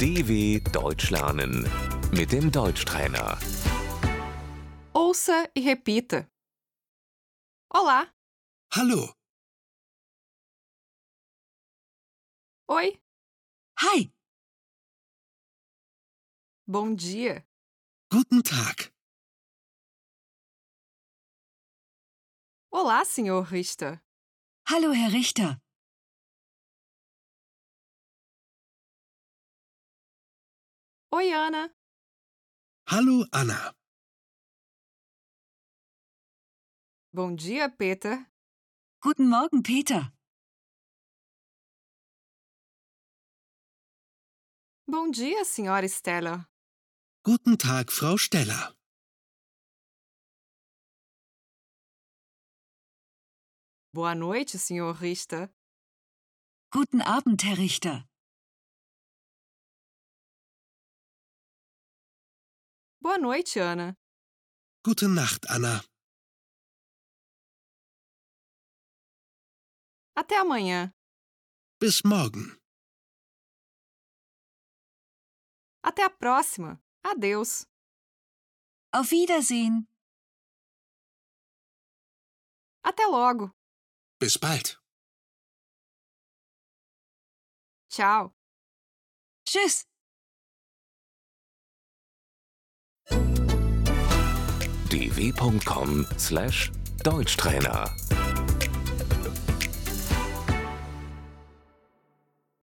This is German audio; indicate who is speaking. Speaker 1: DW Deutsch lernen mit dem Deutschtrainer.
Speaker 2: Ouça e repita. Olá.
Speaker 3: Hallo,
Speaker 2: Oi.
Speaker 4: Hi,
Speaker 2: Bom dia.
Speaker 3: guten Tag.
Speaker 2: Olá, senhor Richter.
Speaker 4: hallo Herr Richter.
Speaker 2: Oi, Ana.
Speaker 3: Hallo, Anna.
Speaker 2: Bom dia, Peter.
Speaker 4: Guten Morgen, Peter.
Speaker 2: Bom dia, senhora Stella.
Speaker 3: Guten Tag, Frau Steller.
Speaker 2: Boa noite, senhor Richter.
Speaker 4: Guten Abend, Herr Richter.
Speaker 2: Boa noite, Ana.
Speaker 3: Gute Nacht, Anna.
Speaker 2: Até amanhã.
Speaker 3: Bis morgen.
Speaker 2: Até a próxima. Adeus.
Speaker 4: Auf Wiedersehen.
Speaker 2: Até logo.
Speaker 3: Bis bald.
Speaker 2: Tchau.
Speaker 4: Tschüss.
Speaker 1: dw.com/deutschtrainer